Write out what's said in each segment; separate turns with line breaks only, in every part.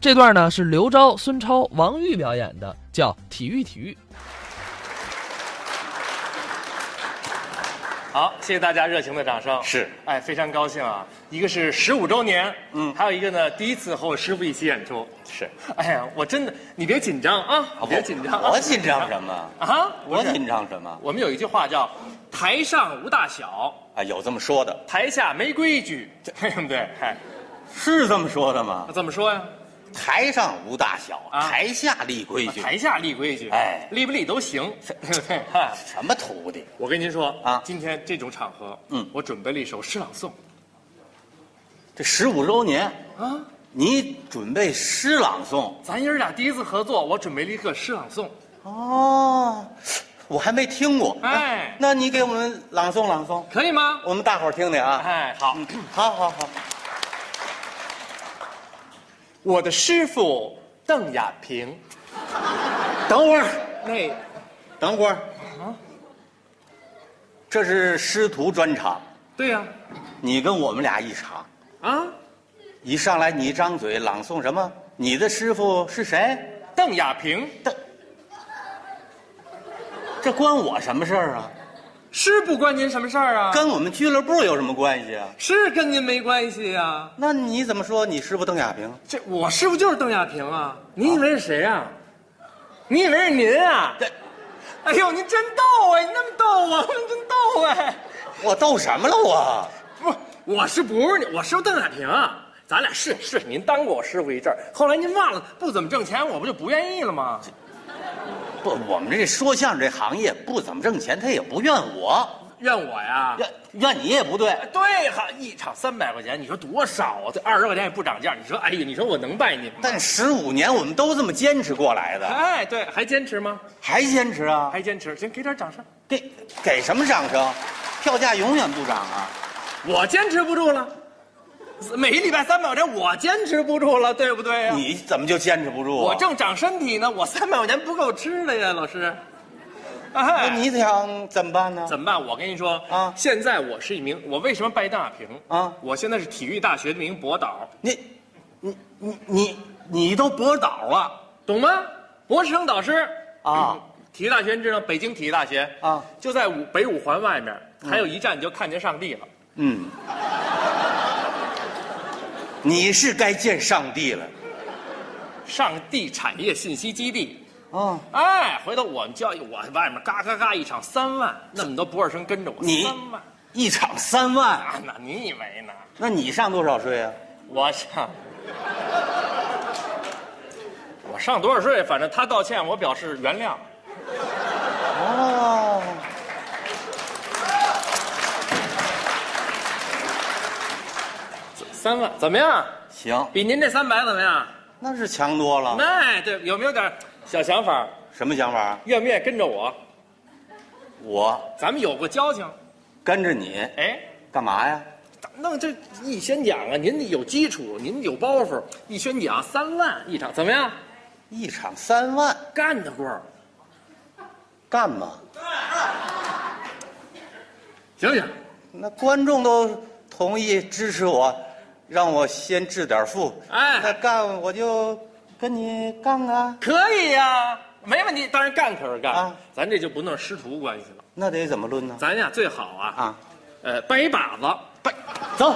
这段呢是刘钊、孙超、王玉表演的，叫《体育体育》。
好，谢谢大家热情的掌声。
是
哎，非常高兴啊！一个是十五周年，嗯，还有一个呢，第一次和我师傅一起演出。
是，
哎呀，我真的，你别紧张啊，你别紧张啊、
我紧张什么？
啊！不
我
是
紧张什么？
我们有一句话叫“台上无大小，
啊，有这么说的，
台下没规矩”，对不对？哎，
是这么说的吗
那？怎么说呀？
台上无大小，
啊
台下立规矩。
台下立规矩，
哎
立不立都行， 对不对？哎
什么徒弟？
我跟您说
啊
今天这种场合，
嗯
我准备了一首诗朗诵
这十五周年，
啊。
你准备诗朗诵？
咱爷儿俩第一次合作，我准备了一个诗朗诵。
哦，我还没听过。
哎
那你给我们朗诵朗诵，
可以吗？
我们大伙儿听听啊。
哎，好。
好好好，
我的师傅邓亚萍，
等会儿，
那
等会儿。
啊
这是师徒专场，
对呀、
你跟我们俩一场。
啊，
一上来你一张嘴朗诵什么？你的师傅是谁？
邓亚萍，
这这关我什么事儿啊？
是不关您什么事儿啊？
跟我们俱乐部有什么关系啊？
是跟您没关系呀、
那你怎么说你师傅邓亚萍？
这我师傅就是邓亚萍啊，您以为是谁啊？你以为是您啊？
对，
哎呦，您真逗哎，你那么逗啊， 您真逗哎。
我逗什么了我？
不，我是不是你？我师傅邓亚萍啊。咱俩是是，您当过我师傅一阵儿，后来您忘了，不怎么挣钱，我不就不愿意了吗？
不，我们这说相声这行业不怎么挣钱，他也不怨我，
怨我呀？
怨怨你也不对。
对哈，一场三百块钱，你说多少啊？这二十块钱也不涨价，你说，哎呀，你说我能拜你吗？
但十五年我们都这么坚持过来的，
哎，对，还坚持吗？
还坚持啊？
还坚持，行，给点掌声。
给给什么掌声？票价永远不涨啊！
我坚持不住了，每一礼拜三百块钱，我坚持不住了，对不对呀、
你怎么就坚持不住、啊？
我正长身体呢，我三百块钱不够吃的呀，老师。哎
那你想怎么办呢？
怎么办？我跟你说
啊
现在我是一名，我为什么拜邓亚萍
啊
我现在是体育大学的一名博导，
你，你你你你都博导了
懂吗？博士生导师
啊
嗯体育大学你知道，北京体育大学
啊，
就在五北五环外面，还有一站你就看见上帝了。
嗯，你是该见上帝了
上帝产业信息基地。
啊！
哎，回头我们教育我外面嘎嘎嘎一场三万，那么多博士生跟着我，
你
三万
一场三万，
啊？那你以为呢？
那你上多少税啊？
我上， 我上多少税？反正他道歉，我表示原谅。
哦，
三万怎么样？
行，
比您这三百怎么样？
那是强多了。
哎，对，有没有点小想法？
什么想法？啊
愿不愿意跟着我？
我
咱们有过交情。
跟着你
哎，
干嘛呀？
咱弄这一宣讲啊，您得有基础，您有包袱，一宣讲三万一场，怎么样？
一场三万，
干得过儿，
干嘛？
行不行？
那观众都同意支持我，让我先致点富。
哎
那干我就跟你干啊。
可以呀、没问题。当然干可是干，
啊
咱这就不弄师徒关系了。
那得怎么论呢？
咱呀最好啊，
啊，
呃，掰一把子，
拜，走，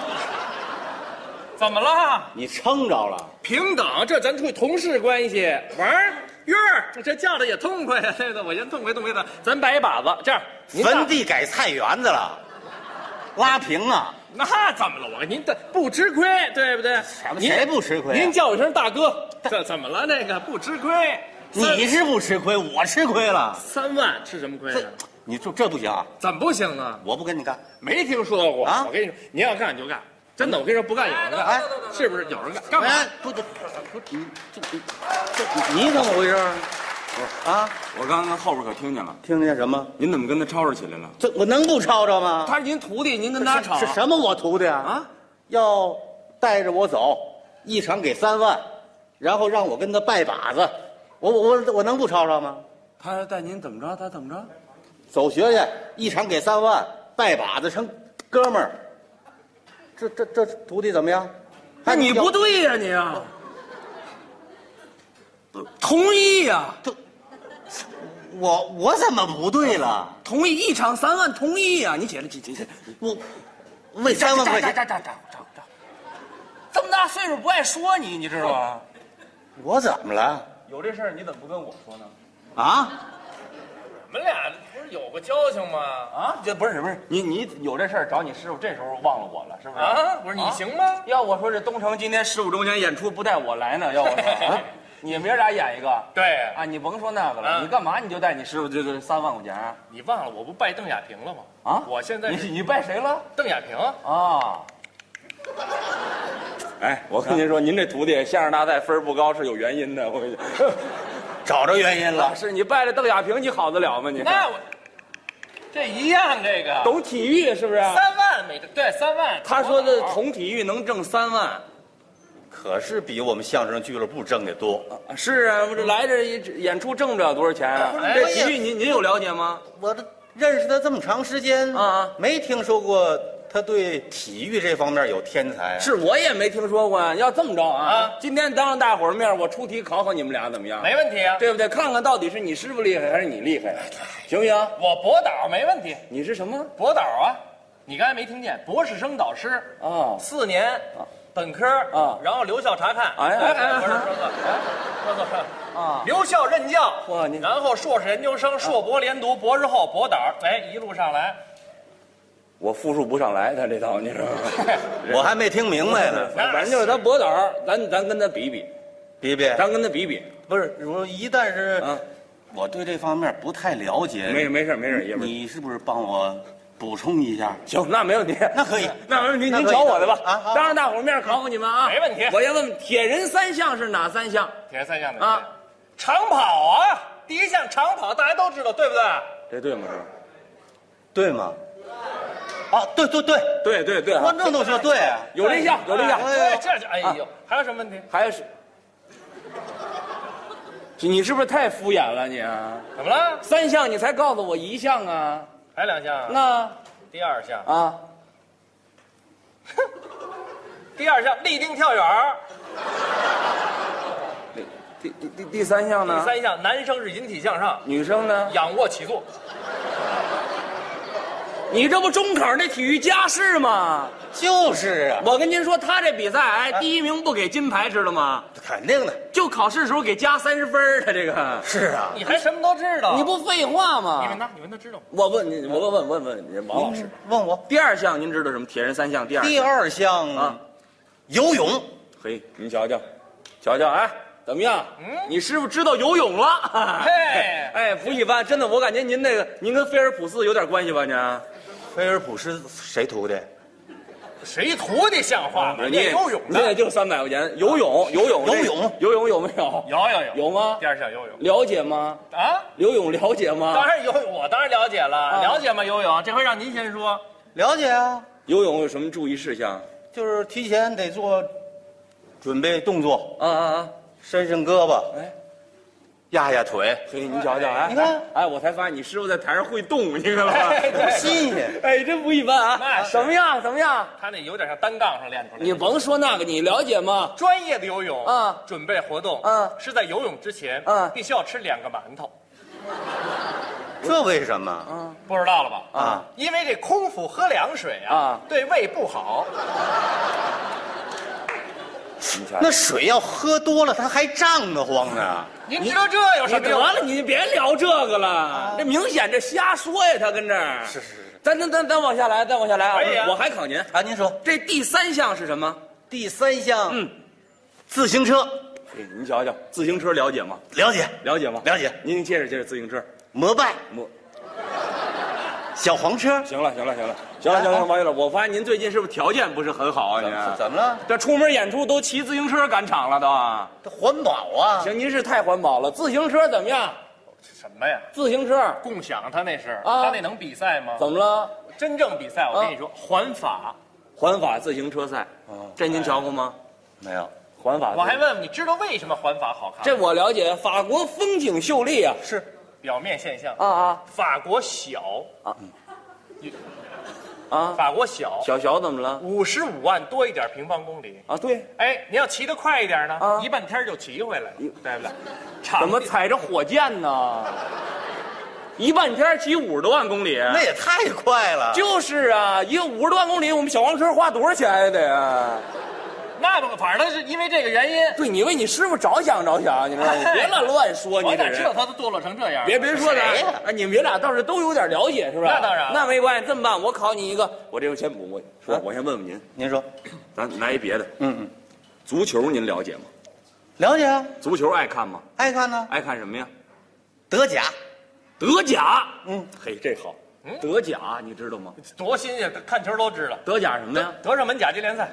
怎么了？
你撑着了。
平等，这咱会同事关系，玩儿约儿，这叫的也痛快呀，对的，我先痛快痛快的，咱掰一把子，这样您大
坟地改菜园子了，拉平啊！
那怎么了？我跟您的不吃亏，对不对？
么
您
谁不吃亏啊
您叫我一声大哥，这怎么了？那个不吃亏，三
你是不吃亏，我吃亏了。
三万吃什么亏啊？
这，你这这不行啊！
怎么不行啊？
我不跟你干。
没听说过
啊
我跟你说，你要干就干，真的，我跟你说不干有人干，
哎
是不是有人干？干嘛？
哎，不不不，你这你这你怎么回事啊？啊，
我刚刚后边可听见了，
听见什么？
您怎么跟他吵吵起来了？
这我能不吵吵吗？
他是您徒弟，您跟他吵
是是什么我徒弟啊？啊，要带着我走，一场给三万，然后让我跟他拜把子，我我我我能不吵吵吗？
他带您怎么着？他怎么着？
走学去，一场给三万，拜把子成哥们儿，这这这徒弟怎么样？
那你
还有
不对呀、你啊！同意呀、
我我怎么不对了？
同意一场三万，同意呀、你起来，起起起，
我为三万块
站
钱，
站站站站站，这么大岁数不爱说你，你知道吗？
我怎么了？
哦有这事儿你怎么不跟我说呢？
啊？
你们俩不是有过交情吗？
啊，这不是不是你你有这事儿找你师傅，这时候忘了我了是不是？
啊，不是你
啊
行吗？
要我说这东城今天十五周年演出不带我来呢，要我 说，啊、你们爷俩演一个
对
啊，你甭说那个了，
嗯
你干嘛你就带你师傅这这三万块钱啊？
你忘了我不拜邓亚萍了吗？
啊
我现在
你
是
你拜谁了
邓亚萍，
啊？哎，我跟您说，您这徒弟相声大赛分不高是有原因的，我跟你。
找着原因了
是你拜了邓亚萍，你好得了吗？你
那我这一样，这个
懂体育是不是？
三万每对三万，
他说的懂体育能挣三万，
可是比我们相声俱乐部挣的多。
啊是啊，我这来这一演出挣不了多少钱啊？
哎
这体育您您有了解吗？
我这认识他这么长时间
啊
没听说过他对体育这方面有天才啊。
是我也没听说过啊，要这么着啊，
啊
今天当着大伙儿面儿，我出题考考你们俩怎么样？
没问哎题啊，
对不对？看看到底是你师傅厉害还是你厉害，啊行不行？
我博导没问题，
你是什么？
博导啊，你刚才没听见，博士生导师，
哦，
四年本科
啊
然后留校查看，
哎哎哎哎
博士生啊，哎说错了
啊
留校任教，
哇你啊
然后硕士研究生、硕博连读、博士后、博导，哎，一路上来，
我复述不上来他这套，你知道吗？
我还没听明白呢。
反正就是他博导，咱咱跟他比比，
别别，
咱跟他比比。
不是我一旦是
啊，
嗯我对这方面不太了解，
没没事没事，爷们儿。
嗯你是不是帮我补充一下？
行，那没问题，
那可以
那没问题，
那可以
您瞧我的吧。
啊好
当着大伙儿面儿考考你们啊，
没问题
我先问问，铁人三项是哪三项？
铁三项的
啊，
长跑啊，第一项长跑大家都知道，对不对？
这对吗？是？
对吗？啊，对对对，
对对对啊，
观众都说对啊。
有这项，有这项。
对，这就哎
啊
呦，还有什么问题？
还是，你是不是太敷衍了你、啊？
怎么了？
三项你才告诉我一项啊？
还有两项啊？
那
第二项，
啊，
第二项立定跳远儿，
第第第第三项
第
呢？
三项男生是引体向上、
女生呢？
仰卧起坐。
你这不中考那体育加试吗？
就是啊，
我跟您说，他这比赛，哎，第一名不给金牌，知道吗？
肯定的。
就考试时候给加三十分儿他这个，
是啊，
你还什么都知道？ 啊
你不废话
你问
吗？
他，你问他知道吗？
我问你，我问问问问王老师，
问我
第二项您知道什么？铁人三项第二项
哦第二项
啊，
游泳，
嘿，您瞧瞧，瞧瞧，哎，怎么样？你师傅知道游泳了。
嘿
哎，不一般，真的，我感觉您那个，您跟菲尔普斯有点关系吧？您，啊
菲尔普是谁徒弟？
谁徒弟像话吗？
你也
练游泳
你也
的，
就三百块钱，游泳，游泳，
游泳
游泳有没有？
有有有
有吗
第二项游泳
了解吗？
啊，
游泳了解
当
吗？
然游泳，我当然了解了，了解吗？游泳，这回让您先说。
了解啊，
游泳有什么注意事项？
就是提前得做准备动作，
啊啊啊！
伸伸胳膊，
哎，
压压腿，
嘿，您瞧瞧，哎，
你看，
哎，我才发现你师傅在台上会动，你看了吗？
哎对
新鲜。
哎，真不一般 啊！
那是
怎么样？怎么样？
他那有点像单杠上练出来的。
你甭说那个，你了解吗？
专业的游泳
啊
准备活动
啊
是在游泳之前
啊
必须要吃两个馒头，
这为什么？
不知道了吧？
啊，
因为这空腹喝凉水啊，
啊
对胃不好。
你瞧瞧
那水要喝多了，它还胀得慌呢。
您知道这有
你
什么
得
用？
了，你别聊这个了，这明显这瞎说呀，他跟这儿。啊是是是。咱咱咱咱往下来，再往下来啊！
可以啊
我我还考您，
啊，您说
这第三项是什么？
第三项，
嗯，
自行车
哎，您瞧瞧，自行车了解吗？
了解，
了解吗？
了解
您接着接着自行车。
摩拜、
我
小黄车，
行了行了行了行了行了，王一老，我发现您最近是不是条件不是很好啊？您
怎么了？
这出门演出都骑自行车赶场了都啊。
这环保啊！
行，您是太环保了。自行车怎么样？
什么呀？
自行车
共享他那是，
啊
他那能比赛吗？
怎么了？
真正比赛，我跟你说，环法。
环法自行车赛，这您瞧过吗？
没有，
哦哎环法自行车，
我还问问你，知道为什么环法好看？
这我了解，法国风景秀丽啊，
表面现象，
啊啊
法国小
啊，
有
啊
法国小，
小小怎么了？
五十五万多一点平方公里。
啊，对，
哎，你要骑得快一点呢，
啊
一半天就骑回来了，对不对？
怎么踩着火箭呢？一半天骑五十多万公里，
那也太快了。
就是啊，一个五十多万公里，我们小黄车花多少钱呀？得啊呀。
那不反正是因为这个原因，
对你为你师傅着想着想，你知道吗？你别乱乱说，你
我
这
哪知道
人。
他都堕落成这样？
别别说了
谁呀，
哎，你们爷俩倒是都有点了解，是吧？
那当然
那没关系，这么办，我考你一个，我这回先不问，说我先问问您，
您说，
咱来一别的，
嗯嗯，
足球您了解吗？
了解啊，
足球爱看吗？
爱看呢。
爱看什么呀？
德甲，
德甲，
嗯，
嘿，这好，德甲你知道吗？
多新鲜，看球都知道。
德甲什么呀？
德胜门甲级联赛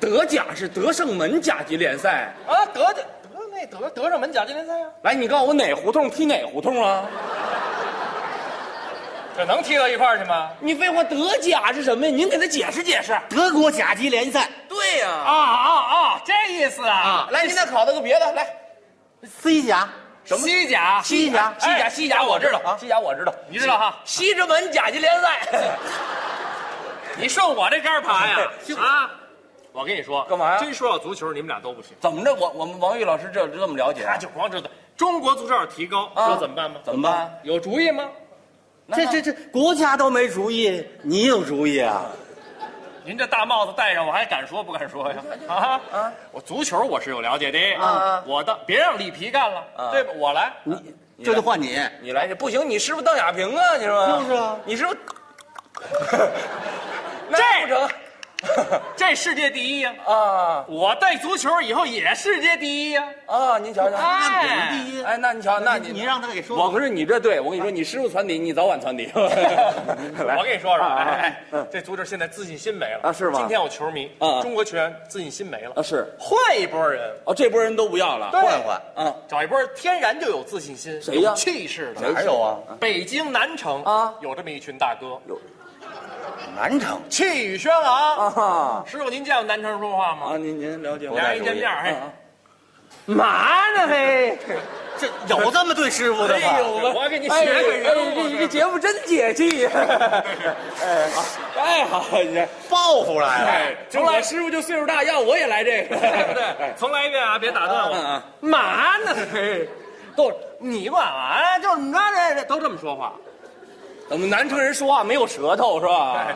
德甲是德胜门甲级联赛。
啊，德德那德德胜门甲级联赛啊，
来，你告诉我哪胡同踢哪胡同啊？
这能踢到一块儿去吗？
你废话，德甲是什么呀？您给他解释解释。
德国甲级联赛
对呀、
啊啊啊，这意思啊！
来，您再考他个别的，来，
，C 甲，
什么西甲？
西甲
西甲，
哎
西甲我知道，西甲我知道，
你知道哈？
西直门甲级联赛，
你顺我这杆爬 呀？啊！我跟你说，
干嘛呀
真说到足球，你们俩都不行。
怎么着？我我们王玉老师这这么了解啊、
他就光知道中国足球要提高，
啊
说怎么办吧？
怎么办？
有主意吗？
这这这国家都没主意，你有主意啊？
您这大帽子戴上，我还敢说不敢说呀？啊
啊
我足球我是有了解的
啊
我的别让里皮干
啊
了，对吧？我来，
你这就换你，
你来这不行，你师傅邓亚萍啊，你说
就是啊
你师傅，那不 成
这世界第一呀！
啊
我带足球以后也世界第一呀！
啊！您瞧瞧，
那我
哎
们第一。
哎，那你瞧，那你
你让他给说
我不是你这对我跟你说，你师傅传底，你早晚传嗯底。
我
我
跟你说说，哎，哎，这足球现在自信心没了
啊是吗
今天我球迷
啊，
中国球员自信心没了
啊，是
换一拨人，
哦，这波人都不要了，
对
换换
啊，
找一拨天然就有自信心、
谁呀
有气势的。
哪有啊？
北京南城
啊
有这么一群大哥，
南城
气宇轩昂。
啊
师傅，您见过南城说话吗？
啊！您您了解我
俩人一见面，
啊
嘿
啊，
嘛呢嘿？
这有这么对师傅的
哎
吗？
呦，我给你
哎
学个人
哎这
物
这
是吧。
节目真解气 呀！哎，太好了，你这
报复来
哎
了，，
就我师傅就岁数大，要我也来这个，
对不 对？重来一遍啊！别打断
嗯
我
嗯。
嘛 呢嘿？都你管
啊
完就你那这这都这么说话，
我们南城人说话没有舌头是吧？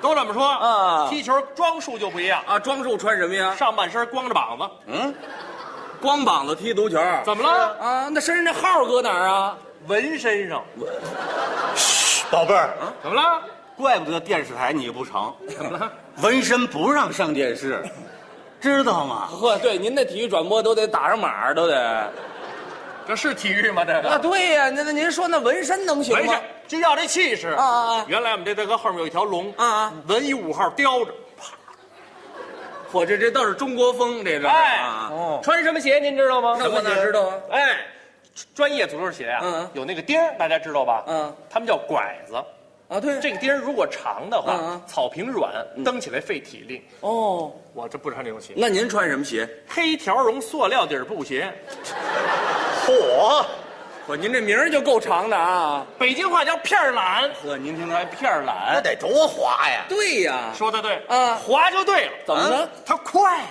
都这么说。
啊
踢球装束就不一样，
啊，装束穿什么呀？
上半身光着膀子，
光膀子踢足球。
怎么了？
啊，那身上那号搁哪儿啊？
纹身上，
宝贝儿，
怎么了？
怪不得电视台你不成，怎嗯么了？纹身不让上电视，知道吗？
呵，对，您那体育转播都得打上码儿，都得。
这是体育吗？这个
啊，对呀、那那您说那纹身能行
没
吗
事？，就要这气势
啊啊啊
原来我们这大哥后面有一条龙
啊啊，
文艺五号叼着，
我这这倒是中国风，这个
哎
啊，
穿什么鞋您知道吗？
那我哪知道啊？
哎，专业足球鞋啊，
嗯嗯
有那个钉儿，大家知道吧？
嗯，
他们叫拐子。
啊，对，
这个钉儿如果长的话，
嗯嗯
草坪软，蹬起来费体力。
哦，
我这不穿这种鞋，
那您穿什么鞋？
黑条绒塑料底儿布鞋，
嚯，
我您这名儿就够长的啊！
北京话叫片儿懒。
呵，您听来片儿
那
懒，
得多滑呀！
对呀、啊
说的对，
嗯
滑就对了。
怎
嗯
么了？
它快呀，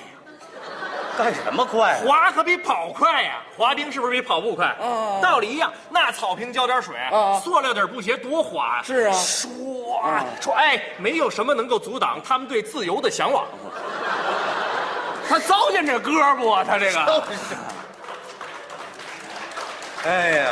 干什么快啊？
滑可比跑快呀、滑冰是不是比跑步快？
嗯
道理一样。那草坪浇点水，
嗯
塑料底儿布鞋多滑呀、
是啊嗯
唰唰，哎，没有什么能够阻挡他们对自由的 向往。他糟践这胳膊啊，他这个
哎呀，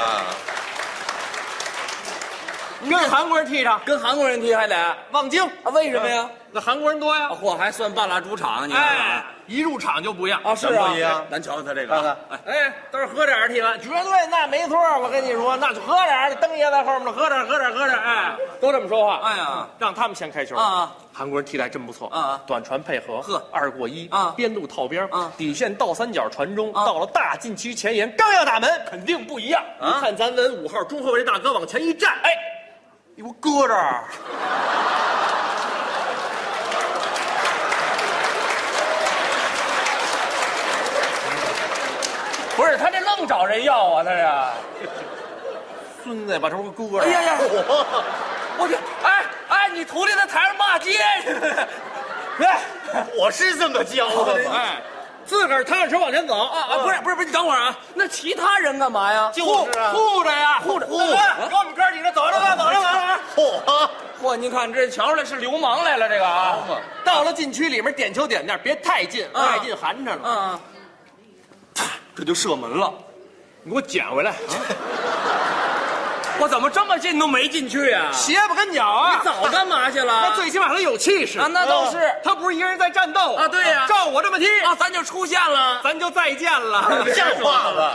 你跟韩国人踢上，
跟韩国人踢还得啊？
望京，
为什么呀？
那韩国人多呀
啊，。嚯，还算半拉主场，你看
哎
看，
一入场就不一样。
啊，是
怎么
啊
不一，样
咱瞧瞧他这个，
看看
哎，
哎，都是喝点儿踢完，绝对那没错儿。我跟你说，那就喝点儿，灯也在后面了，喝点儿，喝点儿，喝点儿，哎，都这么说话。
哎呀，
让他们先开球
啊！
韩国人踢的还真不错
啊啊
短传配合，
呵
二过一
啊
边路套边
啊
底线倒三角传中，
啊
到了大禁区前沿，刚要打门，肯定不一样。你
啊
看咱文五号中后卫这大哥往前一站，哎，给我搁这儿。
不是他这愣找人要啊，他这，
孙子把这给我搁这儿。
哎呀呀，
嚯，
我这，哎哎，你徒弟在台上骂街，哎
我是这么教的吗？
哎
自个儿踏实往前走，
啊啊，不是不是不是，你等会儿啊，那其他人干嘛呀？
就是啊，
护着呀，护着。哎给我们哥几个走着吧，走着吧。
嚯啊！
嚯，您看这瞧出来是流氓来了，这个啊，
到了禁区里面，点球点面，别太近，
啊
太近寒碜了，
嗯，
这就射门了。你给我捡
啊
回来，
我怎么这么近都没进去呀？
鞋吧跟脚啊！
早干嘛去了？
那最哦起码他有气势
啊，那倒是
他不是一个人在战斗
啊对呀
照我这么踢，
啊，咱就出现了。
咱就再见了。
像话吗？